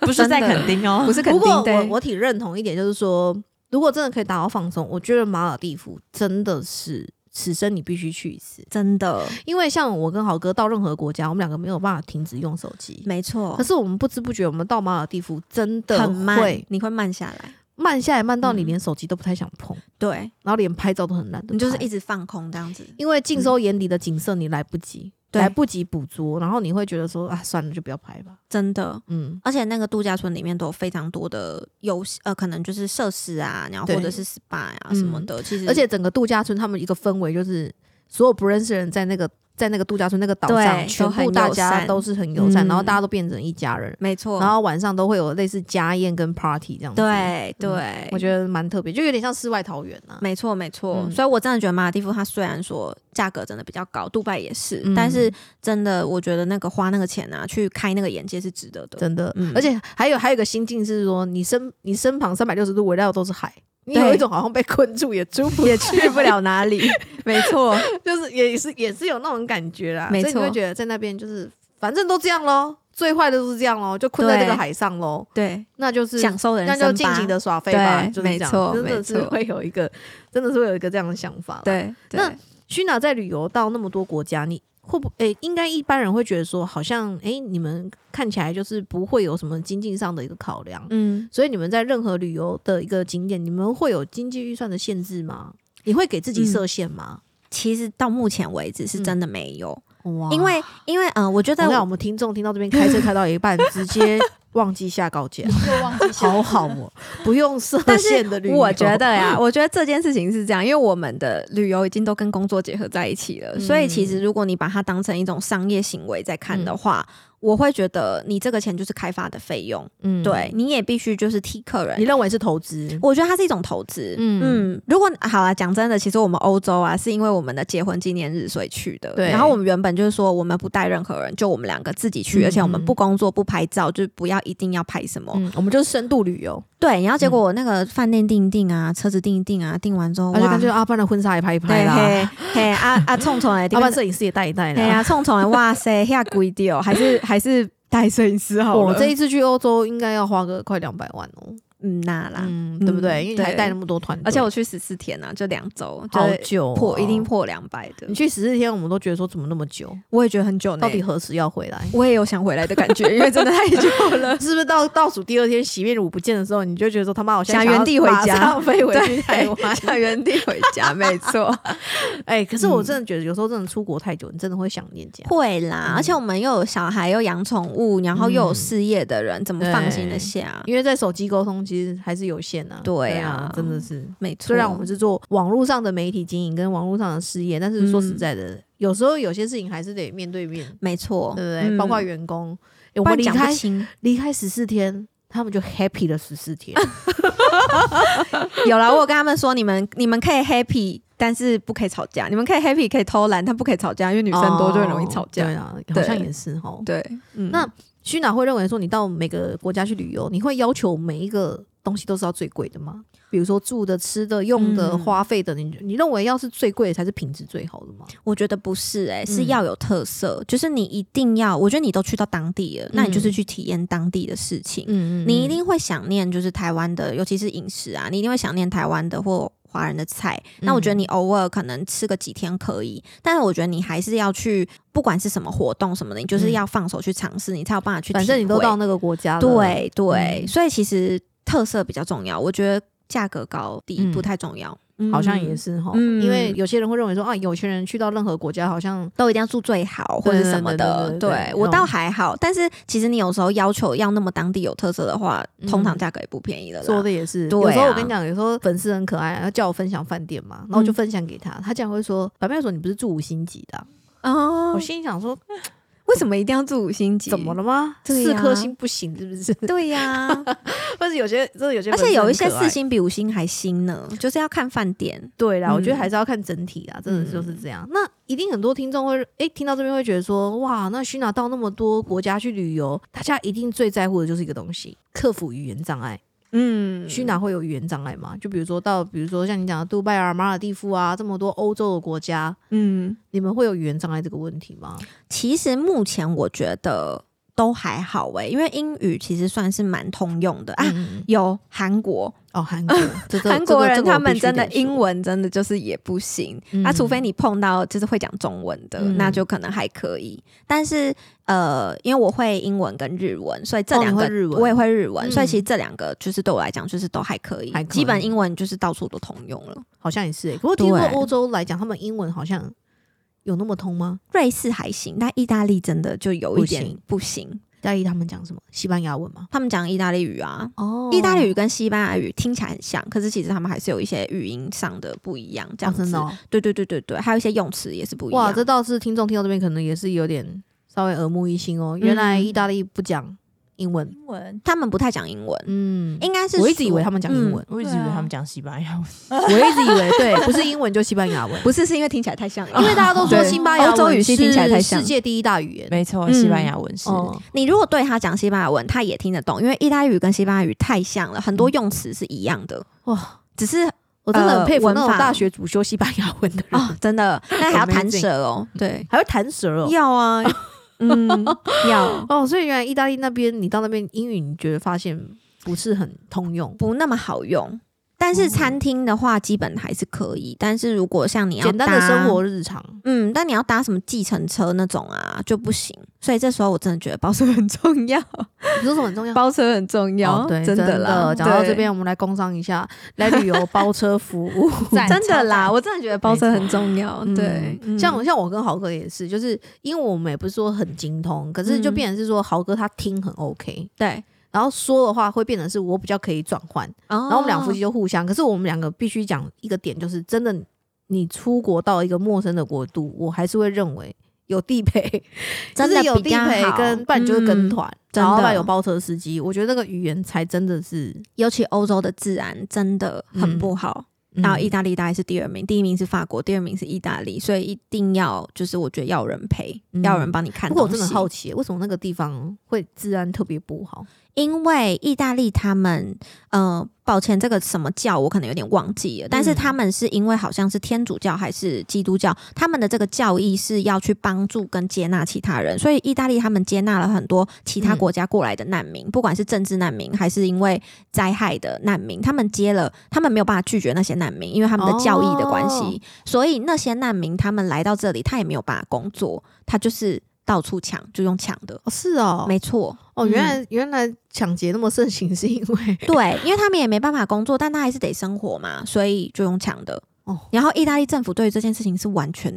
Speaker 4: 不是在垦丁哦，
Speaker 3: 不是肯
Speaker 1: 不过
Speaker 3: 定
Speaker 1: 我
Speaker 3: 的。
Speaker 1: 我挺认同一点，就是说，如果真的可以达到放松，我觉得马尔蒂夫真的是此生你必须去一次，
Speaker 3: 真的
Speaker 1: 因为像我跟豪哥到任何国家，我们两个没有办法停止用手机。
Speaker 3: 没错
Speaker 1: 可，是我们不知不觉，我们到马尔蒂夫真的
Speaker 3: 很慢
Speaker 1: 会，
Speaker 3: 你会慢下来，
Speaker 1: 慢下来，慢到你
Speaker 3: 嗯
Speaker 1: 连手机都不太想碰，
Speaker 3: 对
Speaker 1: 然后连拍照都很懒得拍。
Speaker 3: 你就是一直放空这样子。
Speaker 1: 因为尽收眼底的景色你来不及，
Speaker 3: 对
Speaker 1: 来不及捕捉，然后你会觉得说啊，算了，就不要拍吧。
Speaker 3: 真的。
Speaker 1: 嗯，
Speaker 3: 而且那个度假村里面都有非常多的游戏，呃，可能就是设施啊，然后
Speaker 1: 对
Speaker 3: 或者是 SPA 啊
Speaker 1: 嗯
Speaker 3: 什么的。其实，
Speaker 1: 而且整个度假村他们一个氛围就是，所有不认识的人在那个在那个度假村那个岛上，
Speaker 3: 对
Speaker 1: 全
Speaker 3: 都很
Speaker 1: 部
Speaker 3: 友
Speaker 1: 大家
Speaker 3: 善
Speaker 1: 都是很友善，
Speaker 3: 嗯
Speaker 1: 然后大家都变成一家人，
Speaker 3: 没错，
Speaker 1: 然后晚上都会有类似家宴跟 party 这样子。，
Speaker 3: 对对，
Speaker 1: 我觉得蛮特别，就有点像世外桃源啊。
Speaker 3: 没错没错。
Speaker 1: 嗯
Speaker 3: 所以我真的觉得马尔代夫它虽然说价格真的比较高，杜拜也是，
Speaker 1: 嗯
Speaker 3: 但是真的我觉得那个花那个钱啊，去开那个眼界是值得的。
Speaker 1: 真的，
Speaker 3: 嗯
Speaker 1: 而且还有还有一个心境是说，你身你身旁三百六十度围绕都是海，你有
Speaker 3: 对
Speaker 1: 一种好像被困住也出不
Speaker 3: 也去 不了哪里。没错，
Speaker 1: 就是也是也是有那种感觉啦，
Speaker 3: 没
Speaker 1: 所以你
Speaker 3: 错
Speaker 1: 会觉得在那边就是反正都这样喽，最坏的都是这样喽，就困在这个
Speaker 3: 对
Speaker 1: 海上喽，
Speaker 3: 对，
Speaker 1: 那就是
Speaker 3: 享受人
Speaker 1: 那
Speaker 3: 生
Speaker 1: 就
Speaker 3: 吧，
Speaker 1: 尽情的耍飞吧，
Speaker 3: 对
Speaker 1: 就是
Speaker 3: 没
Speaker 1: 这样
Speaker 3: 错
Speaker 1: 真的
Speaker 3: 没
Speaker 1: 是
Speaker 3: 错
Speaker 1: 会有一个， 真的是会有一个这样的想法啦。
Speaker 3: 对，对
Speaker 1: 那虚娜在旅游到那么多国家，你会不诶、应该一般人会觉得说，好像诶、你们看起来就是不会有什么经济上的一个考量，
Speaker 3: 嗯，
Speaker 1: 所以你们在任何旅游的一个景点，你们会有经济预算的限制吗？你会给自己设限吗？
Speaker 3: 其实到目前为止是
Speaker 1: 嗯
Speaker 3: 真的没有，
Speaker 1: 哇
Speaker 3: 因为因为嗯、呃我觉
Speaker 1: 在
Speaker 3: 得
Speaker 1: 哦我我们听众听到这边开车开到一半，直接忘记下高架，
Speaker 4: 又忘记
Speaker 1: 好好哦，不用设
Speaker 3: 但是
Speaker 1: 限的旅游。
Speaker 3: 我觉得
Speaker 1: 嗯
Speaker 3: 呀，我觉得这件事情是这样，因为我们的旅游已经都跟工作结合在一起了，
Speaker 1: 嗯嗯
Speaker 3: 所以其实如果你把它当成一种商业行为在看的话，我会觉得你这个钱就是开发的费用，
Speaker 1: 嗯
Speaker 3: 对，，你也必须就是替客
Speaker 1: 你
Speaker 3: 人。
Speaker 1: 认为是投资？
Speaker 3: 我觉得它是一种投资，
Speaker 1: 嗯
Speaker 3: 嗯如果好啦，讲真的，其实我们欧洲啊，是因为我们的结婚纪念日所以去的。
Speaker 1: 对
Speaker 3: 然后我们原本就是说，我们不带任何人，就我们两个自己去，
Speaker 1: 嗯
Speaker 3: 而且我们不工作、不拍照，就是不要一定要拍什么。
Speaker 1: 嗯，我们就是深度旅游，
Speaker 3: 对，然后结果我那个饭店订一订啊，车子订一订啊，订完之后，
Speaker 1: 而且
Speaker 3: 哇
Speaker 1: 感觉阿班的婚纱也拍一拍
Speaker 3: 对
Speaker 1: 啦，
Speaker 3: 嘿嘿啊 啊，冲冲哎，
Speaker 1: 阿班摄影师也带一带
Speaker 3: 哎
Speaker 1: 啦。
Speaker 3: 呀，冲冲哎，哇塞，下贵掉，还是还是带摄影师好
Speaker 1: 我
Speaker 3: 了，
Speaker 1: 这一次去欧洲应该要花个快两百万哦，
Speaker 3: 嗯那啦，
Speaker 1: 嗯，对不对？
Speaker 3: 嗯
Speaker 1: 因为你还
Speaker 3: 对
Speaker 1: 带那么多团队，
Speaker 3: 而且我去十四天啊，就两周，就
Speaker 1: 好久哦
Speaker 3: 破一定破两百的
Speaker 1: 你，去十四天，我们都觉得说怎么那么久，
Speaker 3: 我也觉得很久呢
Speaker 1: 到，底何时要回 来？。
Speaker 3: 我也有想回来的感觉，因为真的太久了
Speaker 1: 是不是到倒数第二天洗面乳不见的时候，你就觉得说他妈我现在
Speaker 3: 想原地回
Speaker 1: 要
Speaker 3: 家
Speaker 1: 马上飞回去
Speaker 3: 对
Speaker 1: 台湾？
Speaker 3: 想原地回家， 没错， 嗯
Speaker 1: 哎、可是我真的觉得有时候真的出国太久，你真的会想念家。
Speaker 3: 会啦。而且我们又有小孩，又养宠物，然后又有事业的人，怎么放心
Speaker 1: 对
Speaker 3: 的下？啊
Speaker 1: 因为在手机沟通其实还是有限啊，
Speaker 3: 对
Speaker 1: 啊
Speaker 3: 啊，
Speaker 1: 真的是。
Speaker 3: 没错，
Speaker 1: 虽然我们是做网络上的媒体经营跟网络上的事业，但是说实在的，有时候有些事情还是得面对面，
Speaker 3: 没错，
Speaker 1: 对不对？
Speaker 3: 嗯
Speaker 1: 包括员工，哎我
Speaker 3: 不
Speaker 1: 们
Speaker 3: 然
Speaker 1: 离
Speaker 3: 讲不
Speaker 1: 开
Speaker 3: 清。
Speaker 1: 离开十四天，他们就 happy 了十四天。
Speaker 3: 有啦，我有跟他们说，你们你们可以 happy，但是不可以吵架。你们可以 happy，可以偷懒，但不可以吵架，因为女生多就很容易吵架。
Speaker 1: 哦对啊，好像也是哦。
Speaker 3: 对，嗯
Speaker 1: 那虚哪会认为说，你到每个国家去旅游，你会要求每一个东西都是要最贵的吗？比如说住的、吃的、用的、
Speaker 3: 嗯
Speaker 1: 花费的，你你认为要是最贵的才是品质最好的吗？
Speaker 3: 我觉得不是、欸，是要有特色，就是你一定要，我觉得你都去到当地了，那你就是去体验当地的事情。
Speaker 1: 嗯
Speaker 3: 你一定会想念，就是台湾的，尤其是饮食啊，你一定会想念台湾的或华人的菜。那我
Speaker 1: 嗯
Speaker 3: 觉得你偶尔可能吃个几天可以，但是我觉得你还是要去，不管是什么活动什么的，你就是要放手去尝试，你才有办法去体
Speaker 1: 嗯反
Speaker 3: 会。
Speaker 1: 正你都到那个国家了，
Speaker 3: 对对、
Speaker 1: 嗯
Speaker 3: 所以其实特色比较重要，我觉得价格高低
Speaker 1: 嗯
Speaker 3: 不太重要，
Speaker 1: 好像也
Speaker 3: 是
Speaker 1: 是哈。
Speaker 3: 嗯
Speaker 1: 因为有些人会认为说啊，有钱人去到任何国家好像
Speaker 3: 都一定要住最好或者什么
Speaker 1: 对
Speaker 3: 的。
Speaker 1: 对对对
Speaker 3: 对
Speaker 1: 对
Speaker 3: 我
Speaker 1: 嗯
Speaker 3: 倒还好，但是其实你有时候要求要那么当地有特色的话，
Speaker 1: 嗯
Speaker 3: 通常价格也不便宜的啦。
Speaker 1: 说的也是。
Speaker 3: 对啊嗯
Speaker 1: 有时候我跟你讲，有时候粉丝很可爱啊，他叫我分享饭店嘛，然后我就分享给他，他竟然会说：“表妹说你不是住五星级的啊、
Speaker 3: 哦
Speaker 1: 我，心里想说，
Speaker 3: 为什么一定要住五星级？
Speaker 1: 怎么？了吗？
Speaker 3: 对啊
Speaker 1: 四
Speaker 3: 呀
Speaker 1: 颗星不行是不是？
Speaker 3: 对 呀、
Speaker 1: 或者有些真的有些
Speaker 3: 而
Speaker 1: 粉丝很可爱，
Speaker 3: 且有一些四星比五星还新呢，就是要看饭店。
Speaker 1: 对啦，
Speaker 3: 嗯
Speaker 1: 我觉得还是要看整体啦，真的就是这样。那一定很多听众会，哎、听到这边会觉得说，哇，那徐娜到那么多国家去旅游，大家一定最在乎的就是一个东西——克服语言障碍。
Speaker 3: 嗯
Speaker 1: 徐娜会有语言障碍吗？就比如说到，比如说像你讲的杜拜啊、马尔地夫啊，这么多欧洲的国家，
Speaker 3: 嗯，
Speaker 1: 你们会有语言障碍这个问题吗？
Speaker 3: 其实目前我觉得都还好诶、因为英语其实算是蛮通用的啊。
Speaker 1: 嗯
Speaker 3: 有韩国，
Speaker 1: 哦，韩国，这个
Speaker 3: 韩国人
Speaker 1: 这个这个
Speaker 3: 他
Speaker 1: 我必
Speaker 3: 们
Speaker 1: 须
Speaker 3: 真的
Speaker 1: 得说
Speaker 3: 英文真的就是也不行，
Speaker 1: 嗯
Speaker 3: 啊，除非你碰到就是会讲中文的，
Speaker 1: 嗯
Speaker 3: 那就可能还可以。但是呃，因为我会英文跟日文，所以这
Speaker 1: 哦
Speaker 3: 两
Speaker 1: 你
Speaker 3: 个、
Speaker 1: 会日文
Speaker 3: 我也会日文，
Speaker 1: 嗯
Speaker 3: 所以其实这两个就是对我来讲就是都还可以，
Speaker 1: 还可以
Speaker 3: 基本英文就是到处都通用了。
Speaker 1: 好像也是、欸。可我听说
Speaker 3: 对
Speaker 1: 欧洲来讲，他们英文好像有那么通吗？
Speaker 3: 瑞士还行，但意大利真的就有一点不行。
Speaker 1: 意大利他们讲什么西班牙文吗？
Speaker 3: 他们讲意大利语啊，
Speaker 1: 哦
Speaker 3: 意大利语跟西班牙语听起来很像，可是其实他们还是有一些语音上的不一样，这样
Speaker 1: 哦
Speaker 3: 子。
Speaker 1: 真的、哦、
Speaker 3: 对对对对对，还有一些用词也是不一样。
Speaker 1: 哇，这倒是听众听到这边可能也是有点稍微耳目一新哦。原
Speaker 3: 嗯
Speaker 1: 来意大利不讲英文，
Speaker 4: 英文，
Speaker 3: 他们不太讲英文，
Speaker 1: 嗯，
Speaker 3: 应该是
Speaker 1: 我一直以
Speaker 3: 说
Speaker 1: 为他们讲英
Speaker 3: 嗯
Speaker 1: 文，
Speaker 4: 我一直以为他们讲西班牙文，
Speaker 1: 我一直以为对，不是英文就西班牙文，
Speaker 3: 不是，是因为听起来太像 了。
Speaker 1: 因为大家都说
Speaker 3: 对
Speaker 1: 西班牙文
Speaker 3: 欧洲语系听起来太
Speaker 1: 是
Speaker 3: 像
Speaker 1: 世界第一大语言。
Speaker 4: 没错，
Speaker 3: 嗯
Speaker 4: 西班牙文是。
Speaker 1: 哦，
Speaker 3: 你如果对他讲西班牙文，他也听得懂，因为意大利语跟西班牙语太像了，很多用词是一样的，
Speaker 1: 哇，
Speaker 3: 只是
Speaker 1: 我真的很佩服
Speaker 3: 呃
Speaker 1: 那种
Speaker 3: 文法
Speaker 1: 大学主修西班牙文的人，
Speaker 3: 啊、真的，那还要弹舌哦，对，
Speaker 1: 还会弹舌哦。
Speaker 3: 要啊， 嗯，要
Speaker 1: 哦，所以原来意大利那边，你到那边英语，你觉得发现不是很通用，
Speaker 3: 不那么好用。但是餐厅的话，基本还是可以。但是如果像你要
Speaker 1: 简单的
Speaker 3: 搭
Speaker 1: 生活日常。
Speaker 3: 嗯，但你要搭什么计程车那种啊就不行，所以这时候我真的觉得包车很重 要，
Speaker 1: 你说什么很重要？
Speaker 3: 包车很重要，
Speaker 1: 哦、对，
Speaker 3: 真
Speaker 1: 真
Speaker 3: 啦。
Speaker 1: 讲到
Speaker 3: 对
Speaker 1: 这边，我们来工商一下，来旅游包车服 务，
Speaker 4: 赞
Speaker 3: 真的啦，
Speaker 4: 超赞
Speaker 3: 我真的觉得包车很重要。
Speaker 1: 嗯
Speaker 3: 对，嗯
Speaker 1: 像像我跟豪哥也是，就是因为我们也不是说很精通，可是就
Speaker 3: 嗯
Speaker 1: 变成是说豪哥他听很 OK，
Speaker 3: 对，
Speaker 1: 然后说的话会变成是我比较可以转换，
Speaker 3: 然
Speaker 1: 然后我们两夫妻就互相。可是我们两个必须讲一个点，就是真的，你出国到一个陌生的国度，我还是会认为有地 陪，
Speaker 3: 真
Speaker 1: 就
Speaker 3: 的
Speaker 1: 是有
Speaker 3: 比
Speaker 1: 地
Speaker 3: 较
Speaker 1: 陪
Speaker 3: 好
Speaker 1: 跟，不然你就是跟
Speaker 3: 嗯
Speaker 1: 团，
Speaker 3: 真
Speaker 1: 然后
Speaker 3: 的
Speaker 1: 不然有包车司机。我觉得那个语言才真的是
Speaker 3: 尤其欧洲的治安真的很不好。
Speaker 1: 嗯
Speaker 3: 然后意大利大概是第二名，第一名是法国，第二名是意大利，所以一定要就是我觉得要有人陪，
Speaker 1: 嗯
Speaker 3: 要有人帮你看
Speaker 1: 不
Speaker 3: 东西。
Speaker 1: 过我真的好奇，为什么那个地方会治安特别不好？
Speaker 3: 因为意大利他们，呃，抱歉，这个什么教我可能有点忘记了，但
Speaker 1: 嗯
Speaker 3: 是他们是因为好像是天主教还是基督教，他们的这个教义是要去帮助跟接纳其他人，所以意大利他们接纳了很多其
Speaker 1: 嗯
Speaker 3: 他国家过来的难民，不管是政治难民还是因为灾害的难民，他们接了，他们没有办法拒绝那些难民，因为他们的教义的关系，
Speaker 1: 哦
Speaker 3: 所以那些难民他们来到这里，他也没有办法工作，他就是到处抢，就用抢的，
Speaker 1: 哦，是哦，
Speaker 3: 没错。
Speaker 1: 哦，
Speaker 3: 嗯
Speaker 1: 原来、原来抢劫那么盛行是因为
Speaker 3: 对，因为他们也没办法工作，但他还是得生活嘛，所以就用抢的。
Speaker 1: 哦
Speaker 3: 然后意大利政府对于这件事情是完全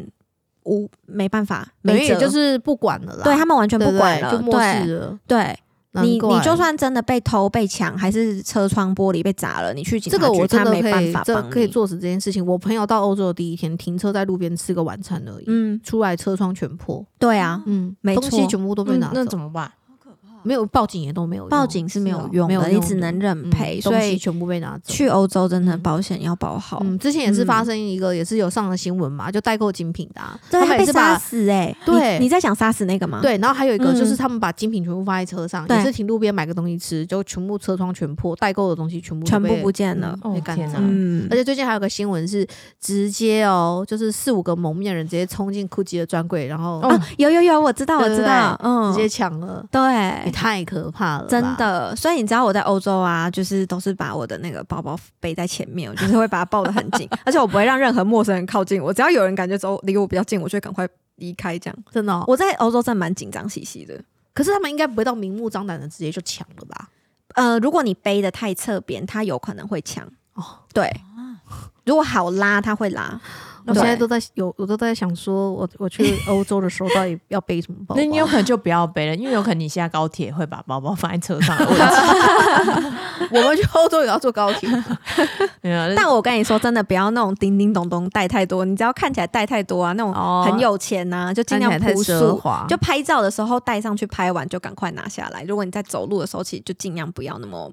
Speaker 3: 无没办法，
Speaker 1: 等于
Speaker 3: 没
Speaker 1: 也
Speaker 3: 辙，
Speaker 1: 就是不管了啦，
Speaker 3: 对他们完全
Speaker 1: 对
Speaker 3: 不
Speaker 1: 对
Speaker 3: 管了，
Speaker 1: 就漠视了。
Speaker 3: 对对，你
Speaker 1: 难怪
Speaker 3: 你就算真的被偷、被抢，还是车窗玻璃被砸了，你去警
Speaker 1: 这
Speaker 3: 察局，
Speaker 1: 个我真的
Speaker 3: 他没
Speaker 1: 可
Speaker 3: 办
Speaker 1: 以
Speaker 3: 法，
Speaker 1: 这
Speaker 3: 帮
Speaker 1: 可以
Speaker 3: 你。
Speaker 1: 做死这件事情。我朋友到欧洲的第一天，停车在路边吃个晚餐而已，
Speaker 3: 嗯，
Speaker 1: 出来车窗全破，
Speaker 3: 对啊，
Speaker 1: 嗯，
Speaker 3: 没
Speaker 1: 东西
Speaker 3: 错
Speaker 1: 全部都被
Speaker 4: 嗯
Speaker 1: 拿走，
Speaker 4: 那怎么办？
Speaker 1: 没有报警也都没有用，
Speaker 3: 报警是没有
Speaker 1: 是啊
Speaker 3: 用
Speaker 1: 没有
Speaker 3: 的，你
Speaker 1: 用
Speaker 3: 只
Speaker 1: 的
Speaker 3: 能认
Speaker 1: 嗯
Speaker 3: 赔。所
Speaker 1: 东西
Speaker 3: 以
Speaker 1: 全部被拿走。
Speaker 3: 去欧洲真的
Speaker 1: 嗯
Speaker 3: 保险要保好，
Speaker 1: 嗯，之前也是发
Speaker 3: 嗯
Speaker 1: 生一个，也是有上了新闻嘛，就代购精品的、啊，
Speaker 3: 对，
Speaker 1: 他
Speaker 3: 他
Speaker 1: 们
Speaker 3: 被
Speaker 1: 也是
Speaker 3: 杀
Speaker 1: 把
Speaker 3: 死哎，你
Speaker 1: 对
Speaker 3: 你在想杀死那个吗？
Speaker 1: 对，然后还有一个就是
Speaker 3: 嗯
Speaker 1: 他们把精品全部放在车上，
Speaker 3: 对
Speaker 1: 也是停路边买个东西吃，就全部车窗全破，代购的东西全部都
Speaker 3: 全部
Speaker 1: 被
Speaker 3: 不见了
Speaker 1: 嗯被
Speaker 4: 哦
Speaker 1: 赶
Speaker 4: 天
Speaker 1: 走
Speaker 4: 哪。
Speaker 3: 嗯
Speaker 1: 而，且最近还有个新闻是，直接哦，就是四五个蒙面人直接冲进 GUCCI 的专柜，然后、
Speaker 4: 哦
Speaker 3: 哦，有有有，我知道，我
Speaker 1: 对对
Speaker 3: 知道，嗯，
Speaker 1: 直接抢了，也
Speaker 3: 对，
Speaker 1: 太可怕了吧，
Speaker 3: 真的。所以你知道我在欧洲啊，就是都是把我的那个包包背在前面，我就是会把它抱得很 紧，而且我不会让任何陌生人靠近我，只要有人感觉走离我比较近，我就会赶快离开。这样，
Speaker 1: 真的、哦。
Speaker 3: 我在欧洲真的蛮紧张兮兮的。
Speaker 1: 可是他们应该不会到明目张胆的直接就抢了吧？
Speaker 3: 呃，如果你背的太侧边，它有可能会抢。
Speaker 1: 哦
Speaker 3: 哦，对，
Speaker 1: 啊
Speaker 3: 如果好拉，它会拉。
Speaker 1: 我现在
Speaker 3: 对
Speaker 1: 都在有，我都在想说我，我去欧洲的时候到底要背什么 包包？啊
Speaker 4: 那你有可能就不要背了，因为有可能你下高铁会把包包放在车上的位置。
Speaker 1: 我们去欧洲也要坐高铁，
Speaker 4: 没有
Speaker 3: 但我跟你说，真的不要那种叮叮咚咚带太多，你只要看起来带太多啊，那种
Speaker 1: 哦
Speaker 3: 很有钱呐、就尽量
Speaker 1: 看起来
Speaker 3: 朴
Speaker 1: 太
Speaker 3: 素
Speaker 1: 奢。华，
Speaker 3: 就拍照的时候带上去，拍完就赶快拿下来。如果你在走路的时候，其实就尽量不要那么，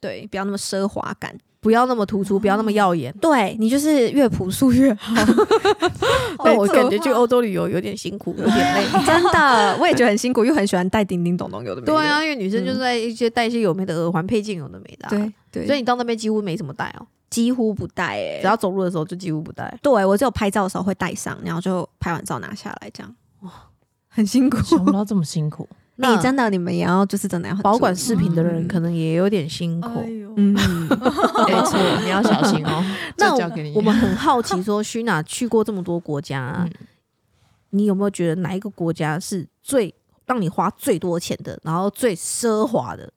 Speaker 3: 对，不要那么奢华感。
Speaker 1: 不要那么突出，不要那么耀眼。
Speaker 3: 对你就是越朴素越 好，
Speaker 1: 但我感觉去欧洲旅游有点辛苦，有点 累。
Speaker 3: 真的，我也觉得很辛苦，又很喜欢带叮叮咚咚，有的没的。
Speaker 1: 对啊，因为女生就是在一些带一些有没的耳环、配件，有的没的、啊。
Speaker 3: 对，对，
Speaker 1: 所
Speaker 3: 所
Speaker 1: 以
Speaker 3: 以
Speaker 1: 你到那边几乎没什么带哦、
Speaker 3: 几乎不欸带诶、
Speaker 1: 只要走路的时候就几乎不带。
Speaker 3: 对我只有拍照的时候会带上，然后就拍完照拿下来，这样很辛苦。
Speaker 4: 想不到这么辛苦，
Speaker 3: 你、
Speaker 1: 那
Speaker 3: 真的，你们也要就是真的要很
Speaker 1: 保
Speaker 3: 注
Speaker 1: 管
Speaker 3: 意
Speaker 1: 饰品的人
Speaker 3: 嗯
Speaker 1: 可能也有点辛苦。
Speaker 3: 嗯，
Speaker 4: 没错，你要小心哦。
Speaker 1: 那
Speaker 4: 这交给你
Speaker 1: 我们很好奇，说徐娜去过这么多国家、
Speaker 4: 嗯
Speaker 1: 你有没有觉得哪一个国家是最让你花最多钱的，然后最奢华的？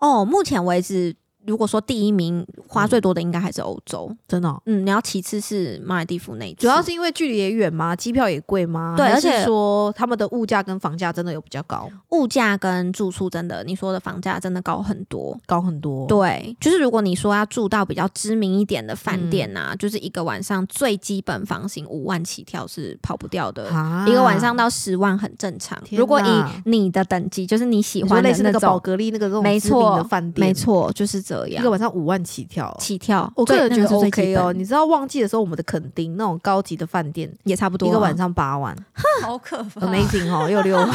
Speaker 3: 哦，目前为止，如果说第一名花
Speaker 1: 嗯
Speaker 3: 最多的应该还是欧洲，
Speaker 1: 真的哦、
Speaker 3: 嗯，然后其次是马尔地夫那一次，
Speaker 1: 主要是因为距离也远吗？机票也贵吗？
Speaker 3: 对
Speaker 1: 还
Speaker 3: 而
Speaker 1: 是
Speaker 3: 且
Speaker 1: 说他们的物价跟房价真的有比较高，
Speaker 3: 物价跟住宿真的，你说的房价真的高很多。
Speaker 1: 高很多。
Speaker 3: 对，就是如果你说要住到比较知名一点的
Speaker 1: 嗯
Speaker 3: 饭店啊，就是一个晚上最基本房型五万起跳是跑不掉的，
Speaker 1: 啊
Speaker 3: 一个晚上到十万很正常。
Speaker 1: 天哪
Speaker 3: 如果以你的等级，就是你喜
Speaker 1: 你说
Speaker 3: 欢
Speaker 1: 类
Speaker 3: 的
Speaker 1: 似那个宝
Speaker 3: 种，
Speaker 1: 格丽那个这种
Speaker 3: 没
Speaker 1: 知名的
Speaker 3: 错
Speaker 1: 饭店，
Speaker 3: 没错，就是这这
Speaker 1: 一
Speaker 3: 样
Speaker 1: 个晚上五万起跳哦。
Speaker 3: 起跳。
Speaker 1: 我个
Speaker 3: 最
Speaker 1: 人
Speaker 3: 那
Speaker 1: 觉得
Speaker 3: 是最
Speaker 1: OK
Speaker 3: 基
Speaker 1: 哦，
Speaker 3: 本
Speaker 1: 你知道旺季的时候，我们的垦丁那种高级的饭店，
Speaker 3: 也差不多
Speaker 1: 一
Speaker 3: 啊
Speaker 1: 个晚上八万
Speaker 2: 好可 怕
Speaker 1: ，amazing 哦，又六 万，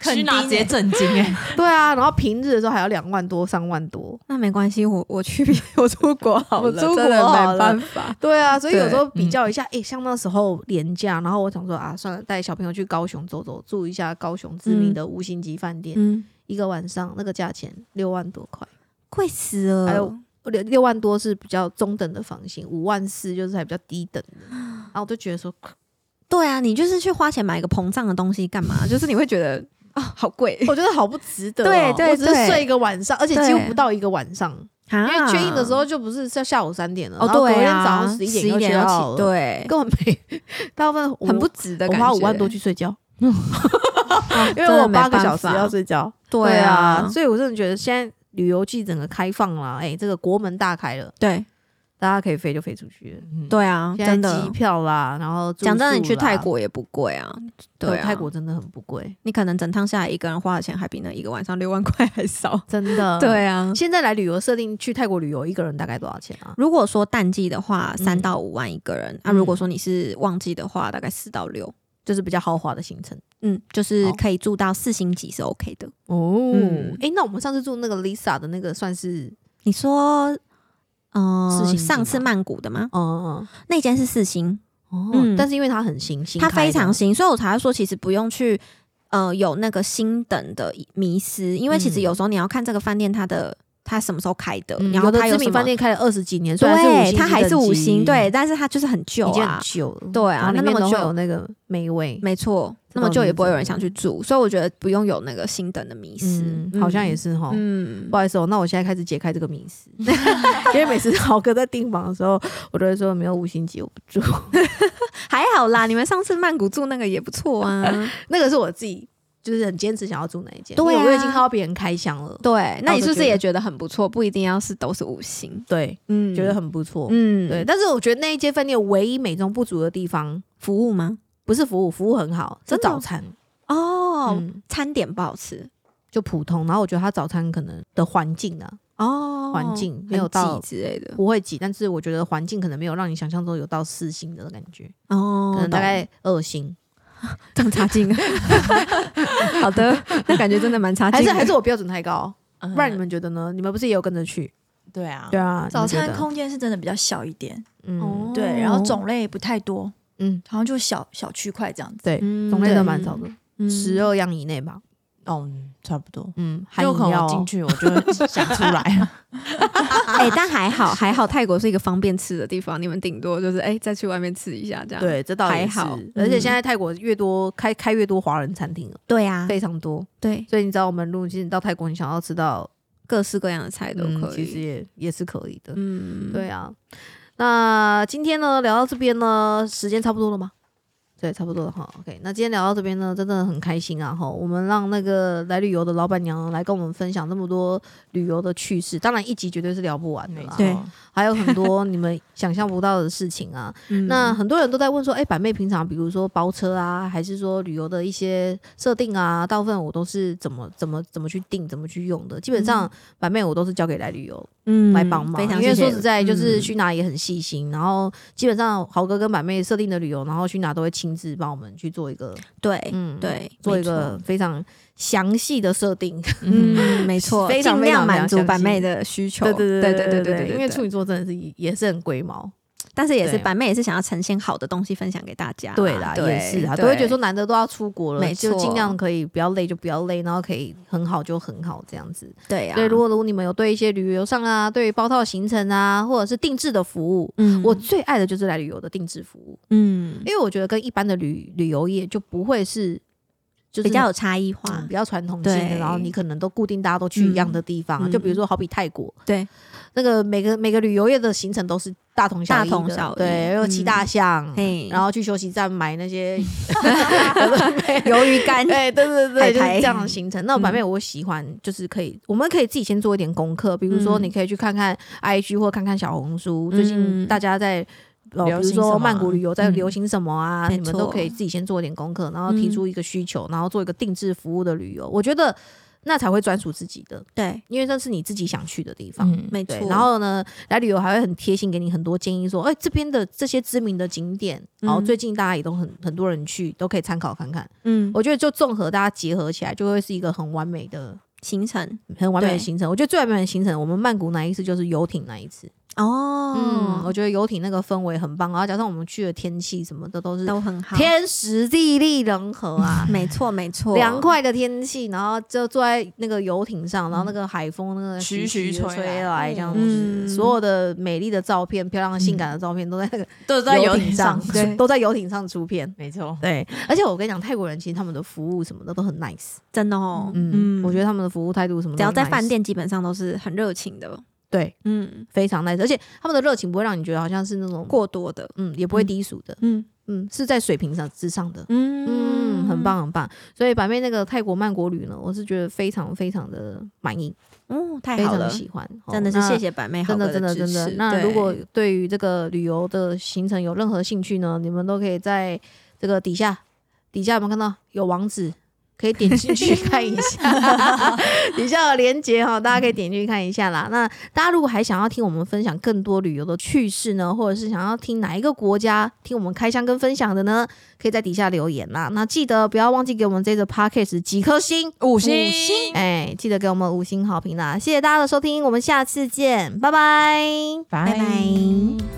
Speaker 4: 肯定 直接震惊哎、
Speaker 1: 对啊，然后平日的时候还要两万多、三万多，
Speaker 3: 那没关系，我我去别我出 国好了，
Speaker 1: 我出国
Speaker 3: 真的
Speaker 1: 好了
Speaker 3: 没办法。
Speaker 1: 对啊，所以有
Speaker 3: 对嗯
Speaker 1: 时候比较一下，诶，像那时候廉价，然后我想说啊，算了，带小朋友去高雄走走，住一下高雄知名的五星级饭店，
Speaker 3: 嗯，
Speaker 1: 一个晚上那个价钱六万多块，
Speaker 3: 贵死了。
Speaker 1: 还有六六万多是比较中等的房型，五万四就是还比较低等 的，然后我就觉得说，
Speaker 3: 对啊，你就是去花钱买一个膨胀的东西干嘛？就是你会觉得啊、好贵
Speaker 1: 我觉得好不值得哦、
Speaker 3: 对对
Speaker 1: 我只是
Speaker 3: 对
Speaker 1: 睡一个晚上，而且几乎
Speaker 3: 对
Speaker 1: 不到一个晚上，
Speaker 3: 啊
Speaker 1: 因为缺印的时候就不是在下午三点了，
Speaker 3: 哦，
Speaker 1: 然后隔
Speaker 3: 对
Speaker 1: 天
Speaker 3: 啊，
Speaker 1: 早上十一点
Speaker 3: 11
Speaker 1: 又
Speaker 3: 点
Speaker 1: 缺
Speaker 3: 要
Speaker 1: 到
Speaker 3: 起，
Speaker 1: 了，
Speaker 3: 对，
Speaker 1: 根本没，大部分我
Speaker 3: 很不值的
Speaker 1: 我
Speaker 3: 感觉。哦
Speaker 1: 花五万多，去睡 觉，因
Speaker 3: 因
Speaker 1: 为我八个小时要睡觉，
Speaker 3: 对
Speaker 1: 啊
Speaker 3: 啊，，
Speaker 1: 所以我真的觉得现在旅游季整个开放了，哎、这个国门大开了，
Speaker 3: 对
Speaker 1: 大家可以飞就飞出去了。
Speaker 3: 对啊，
Speaker 1: 嗯
Speaker 3: 真
Speaker 1: 现在机
Speaker 3: 的。
Speaker 1: 票啦，然后住
Speaker 3: 讲真的，
Speaker 1: 宿
Speaker 3: 你去
Speaker 1: 啦
Speaker 3: 泰，国也不贵啊，对
Speaker 1: 对
Speaker 3: 啊，
Speaker 1: 泰国真的很不贵，
Speaker 3: 你可能整趟下来一个人花的钱还比那一个晚上六万块还少。
Speaker 1: 真的。，
Speaker 3: 对啊，
Speaker 1: 现在来旅游设定去泰国旅游，一个人大概多少钱啊？
Speaker 3: 如果说淡季的话，三到五万一个人；那、
Speaker 1: 嗯
Speaker 3: 如果说你是旺季的话，大概四到六。
Speaker 1: 就是比较豪华的行程
Speaker 3: 嗯，就是
Speaker 1: 好
Speaker 3: 可以住到四星级是 OK 的。
Speaker 1: 哦。嗯
Speaker 3: 嗯，
Speaker 1: 哎、那我们上次住那个 Lisa 的那个算是，
Speaker 3: 你说，
Speaker 1: 四星
Speaker 3: 呃，
Speaker 1: 级
Speaker 3: 上
Speaker 1: 吗
Speaker 3: 次曼谷的吗？
Speaker 1: 嗯嗯
Speaker 3: 那间是四星，
Speaker 1: 哦，
Speaker 3: 嗯
Speaker 1: 但是因为它很新，新
Speaker 3: 它
Speaker 1: 开
Speaker 3: 非常
Speaker 1: 的
Speaker 3: 新，所以我才会说其实不用去。呃，有那个星等的迷失，因为其实
Speaker 1: 嗯
Speaker 3: 有时候你要看这个饭店它的它什么时候开的，
Speaker 1: 嗯
Speaker 3: 然
Speaker 1: 有
Speaker 3: 后
Speaker 1: 的
Speaker 3: 它
Speaker 1: 知
Speaker 3: 什
Speaker 1: 名
Speaker 3: 么
Speaker 1: 饭店开了二十几年，虽然是五
Speaker 3: 对
Speaker 1: 星，
Speaker 3: 它还是五星，
Speaker 1: 级
Speaker 3: 对，，但是它就是很旧
Speaker 1: 已经
Speaker 3: 啊
Speaker 1: 很，久了。
Speaker 3: 对
Speaker 1: 然
Speaker 3: 啊
Speaker 1: 后，里
Speaker 3: 那那
Speaker 1: 面
Speaker 3: 么
Speaker 1: 都会有
Speaker 3: 久，
Speaker 1: 那个美味，
Speaker 3: 没错，
Speaker 1: 这
Speaker 3: 那么
Speaker 1: 种
Speaker 3: 久也
Speaker 1: 名
Speaker 3: 不会
Speaker 1: 字
Speaker 3: 有人想去住，所以我觉得不用有那个星等的迷失
Speaker 1: 嗯，，好像也
Speaker 3: 是，
Speaker 1: 是哈。
Speaker 3: 嗯
Speaker 1: 不，好意思哦，那我现在开始解开这个迷思， 因为每次豪哥在订房的时候，我都会说没有五星级我不住，
Speaker 3: 还好啦，你们上次曼谷住那个也不错 啊，
Speaker 1: 那个是我自己就是很坚持想要住那一间，
Speaker 3: 对啊
Speaker 1: 因为我已经看到别人开箱了，
Speaker 3: 对，那你
Speaker 1: 我
Speaker 3: 是不
Speaker 1: 觉
Speaker 3: 是也
Speaker 1: 得
Speaker 3: 觉得很不错？不一定要是都是五星，
Speaker 1: 对，
Speaker 3: 嗯
Speaker 1: 觉得很不错，
Speaker 3: 嗯，
Speaker 1: 对。，但是我觉得那一间饭店唯一美中不足的地方
Speaker 3: 服务吗？
Speaker 1: 不是服务，服务很好，是
Speaker 3: 真的哦
Speaker 1: 早餐，
Speaker 3: 哦，
Speaker 1: 嗯，
Speaker 3: 餐点不好吃
Speaker 1: 就普通。然后我觉得他早餐可能的环境啊，
Speaker 3: 哦，
Speaker 1: 环境没
Speaker 3: 很
Speaker 1: 有到
Speaker 3: 挤之类的
Speaker 1: 不会挤，但是我觉得环境可能没有让你想象中有到四星的感觉，
Speaker 3: 哦，
Speaker 1: 可能大
Speaker 3: 懂
Speaker 1: 概二星，
Speaker 3: 这样差劲。 好的，那感觉真的蛮差
Speaker 1: 还
Speaker 3: 劲
Speaker 1: 是
Speaker 3: 的，
Speaker 1: 还是我标准太高，
Speaker 4: 嗯
Speaker 1: 不然你们觉得呢？你们不是也有跟着去？
Speaker 4: 对啊，
Speaker 1: 对啊，
Speaker 2: 早
Speaker 1: 你
Speaker 2: 餐
Speaker 1: 们觉得，
Speaker 2: 空间是真的比较小一点，
Speaker 1: 嗯
Speaker 2: 对，然后种类不太多，
Speaker 1: 嗯，
Speaker 2: 好像就小小区块这样子。
Speaker 1: 对，
Speaker 3: 嗯
Speaker 1: 种类都
Speaker 2: 对
Speaker 1: 蛮少的，
Speaker 3: 嗯
Speaker 1: 十二样以内吧。
Speaker 4: 嗯，差不多。
Speaker 1: 嗯，还
Speaker 4: 就
Speaker 1: 有
Speaker 4: 可能
Speaker 1: 料
Speaker 4: 我进
Speaker 1: 哦，
Speaker 4: 去我就会想出来 了，
Speaker 3: 哎、但还好，还好泰国是一个方便吃的地方，你们顶多就是哎、再去外面吃一下这样。
Speaker 1: 对，这倒也
Speaker 3: 啊还
Speaker 1: 是
Speaker 3: 好
Speaker 1: 而且
Speaker 3: 嗯
Speaker 1: 现在泰国越多开开越多华人餐厅了，
Speaker 3: 对啊，
Speaker 1: 非常多。
Speaker 3: 对，
Speaker 1: 所以你知道我们如果你到泰国，你想要吃到，
Speaker 3: 各式各样的菜都
Speaker 1: 嗯，
Speaker 3: 可
Speaker 1: 其实
Speaker 3: 以。
Speaker 1: 也也是可以的。
Speaker 3: 嗯，
Speaker 1: 对啊，那今天呢聊到这边呢，时间差不多了吗？对，差不多了哈。OK，那今天聊到这边呢，真的很开心啊哈。我们让那个来旅游的老板娘来跟我们分享那么多旅游的趣事，当然一集绝对是聊不完的
Speaker 4: 没
Speaker 1: 啦
Speaker 4: 错。。
Speaker 3: 对
Speaker 1: 还有很多你们想象不到的事情啊。
Speaker 3: 嗯
Speaker 1: 那很多人都在问说，哎、板妹平常比如说包车啊，还是说旅游的一些设定啊，大部分我都是怎么怎么怎么去定，怎么去用的。基本上板妹我都是交给来旅游
Speaker 3: 嗯
Speaker 1: 来帮忙，
Speaker 3: 非常
Speaker 1: 因为
Speaker 3: 谢谢
Speaker 1: 说实在，就是
Speaker 3: 嗯
Speaker 1: 旭娜也很细心，然后基本上豪哥跟板妹设定的旅游，然后旭娜都会亲自帮我们去做一个，
Speaker 3: 对
Speaker 1: 嗯，
Speaker 3: 哎对，
Speaker 1: 做
Speaker 3: 没
Speaker 1: 一个
Speaker 3: 错，
Speaker 1: 非常详细的设定，
Speaker 3: 嗯，没错，
Speaker 1: 非常
Speaker 3: 尽
Speaker 1: 非常
Speaker 3: 量满
Speaker 1: 非常
Speaker 3: 足
Speaker 1: 详
Speaker 3: 板
Speaker 1: 细
Speaker 3: 妹的需求。对对对对，
Speaker 1: 因为处
Speaker 3: 女，
Speaker 1: 女座真的是也也是很龟毛，
Speaker 3: 但是也是
Speaker 1: 对
Speaker 3: 板妹也是想要呈现好的东西分享给大家啦。
Speaker 1: 对啦，也是啊，都会觉得说难得都要出国了，
Speaker 3: 没
Speaker 1: 就
Speaker 3: 错
Speaker 1: 尽量可以不要累就不要累，然后可以很好就很好这样子。
Speaker 3: 对啊，
Speaker 1: 所以如果如果你们有对一些旅游上啊，对于包套行程啊，或者是定制的服务。
Speaker 3: 嗯
Speaker 1: 我最爱的就是来旅游的定制服务，
Speaker 3: 嗯
Speaker 1: 因为我觉得跟一般的旅旅游业就不会是，就是
Speaker 3: 比较有差异化
Speaker 1: 嗯，比较传统性的，
Speaker 3: 对
Speaker 1: 然后你可能都固定大家都去一样的地方，
Speaker 3: 嗯嗯
Speaker 1: 就比如说好比泰国，
Speaker 3: 对，
Speaker 1: 那个每个每个旅游业的行程都是大同小异的，
Speaker 3: 大同小异嗯
Speaker 1: 对，又骑大象，
Speaker 3: 嘿，
Speaker 1: 然后去休息站买那些， 哎
Speaker 3: 鱿鱼干，
Speaker 1: 对对对
Speaker 3: 海苔
Speaker 1: 对，
Speaker 3: 嗯
Speaker 1: 就是这样的行程。那我版面我喜欢，就是可以，我们可以自己先做一点功课，比如说
Speaker 3: 嗯
Speaker 1: 你可以去看看 IG 或看看小红书，最近
Speaker 3: 嗯
Speaker 1: 大家在。呃，比
Speaker 4: 流
Speaker 1: 如
Speaker 4: 行什么
Speaker 1: 说
Speaker 4: 啊
Speaker 1: 曼谷旅游在
Speaker 4: 嗯
Speaker 1: 流行什么啊？
Speaker 3: 没
Speaker 1: 你们
Speaker 3: 错嗯
Speaker 1: 都可以自己先做一点功课，然后提出一个需求，然后做一个定制服务的旅游。我觉得那才会专属自己的，
Speaker 2: 对，
Speaker 1: 因为那是你自己想去的地方。
Speaker 4: 嗯，
Speaker 2: 没
Speaker 1: 对
Speaker 2: 错，。
Speaker 1: 然后呢，来旅游还会很贴心，给你很多建议，说，哎、这边的这些知名的景点，然后
Speaker 3: 嗯
Speaker 1: 最近大家也都很很多人去，都可以参考看看。
Speaker 3: 嗯，
Speaker 1: 我觉得就综合大家结合起来，就会是一个很完美的、
Speaker 3: 行程
Speaker 1: 很完美的
Speaker 2: 对
Speaker 1: 行程。我觉得最完美的行程，我们曼谷那一次就是游艇那一次。嗯，
Speaker 3: 哦，
Speaker 1: 我觉得游艇那个氛围很棒，然后加上我们去的天气什么的都是
Speaker 3: 都很好，，
Speaker 1: 天时地利人和啊
Speaker 3: 没错没错，
Speaker 1: 凉快的天气，然后就坐在那个游艇上，然后那个海风那个
Speaker 4: 徐徐
Speaker 1: 吹
Speaker 4: 吹来
Speaker 1: 来，这样子，
Speaker 3: 嗯
Speaker 1: 所有的美丽的照片、漂亮性感的照片都在那个
Speaker 4: 都在游
Speaker 1: 艇
Speaker 4: 艇上，
Speaker 3: 对
Speaker 1: 都在游艇上出片。
Speaker 4: 没错，
Speaker 1: 对，而且我跟你讲，泰国人其实他们的服务什么的都很 nice，
Speaker 3: 真的哦，
Speaker 1: 嗯，我觉
Speaker 3: 得
Speaker 1: 得他们的服务态度什么的
Speaker 3: 只要在
Speaker 1: 很
Speaker 3: 饭
Speaker 1: nice
Speaker 3: 店基本上都是很热情的，
Speaker 1: 对
Speaker 3: 嗯，
Speaker 1: 非常 nice，而且他们的热情不会让你觉得好像是那种
Speaker 3: 过多的，
Speaker 1: 嗯，也不会低俗的，
Speaker 3: 嗯
Speaker 1: 嗯，是在水平上之上的。
Speaker 3: 嗯
Speaker 1: 嗯，很，棒很棒。所以板妹那个泰国曼国旅呢，我是觉得非常非常的满意，
Speaker 3: 哦，太
Speaker 1: 非
Speaker 3: 好
Speaker 1: 常
Speaker 3: 了，
Speaker 1: 喜欢，哦
Speaker 3: 真的是谢。
Speaker 1: 那
Speaker 3: 谢板妹好
Speaker 1: 真
Speaker 3: 哥
Speaker 1: 的，真的，
Speaker 3: 支
Speaker 1: 真的
Speaker 3: 持。
Speaker 1: 那
Speaker 3: 对
Speaker 1: 如果对于这个旅游的行程有任何兴趣呢，你们都可以在这个底下，底下有没有看到有网址，可以点进 去看一下， 底下有链接哈，大家可以点进去看一下啦。那大家如果还想要听我们分享更多旅游的趣事呢，或者是想要听哪一个国家听我们开箱跟分享的呢，可以在底下留言啦。那记得不要忘记给我们这个 podcast 几颗星，
Speaker 4: 五
Speaker 1: 星
Speaker 4: 星，
Speaker 1: 哎，记得给我们五星好评啦！谢谢大家的收听，我们下次见，拜拜。
Speaker 4: 拜
Speaker 3: 拜拜。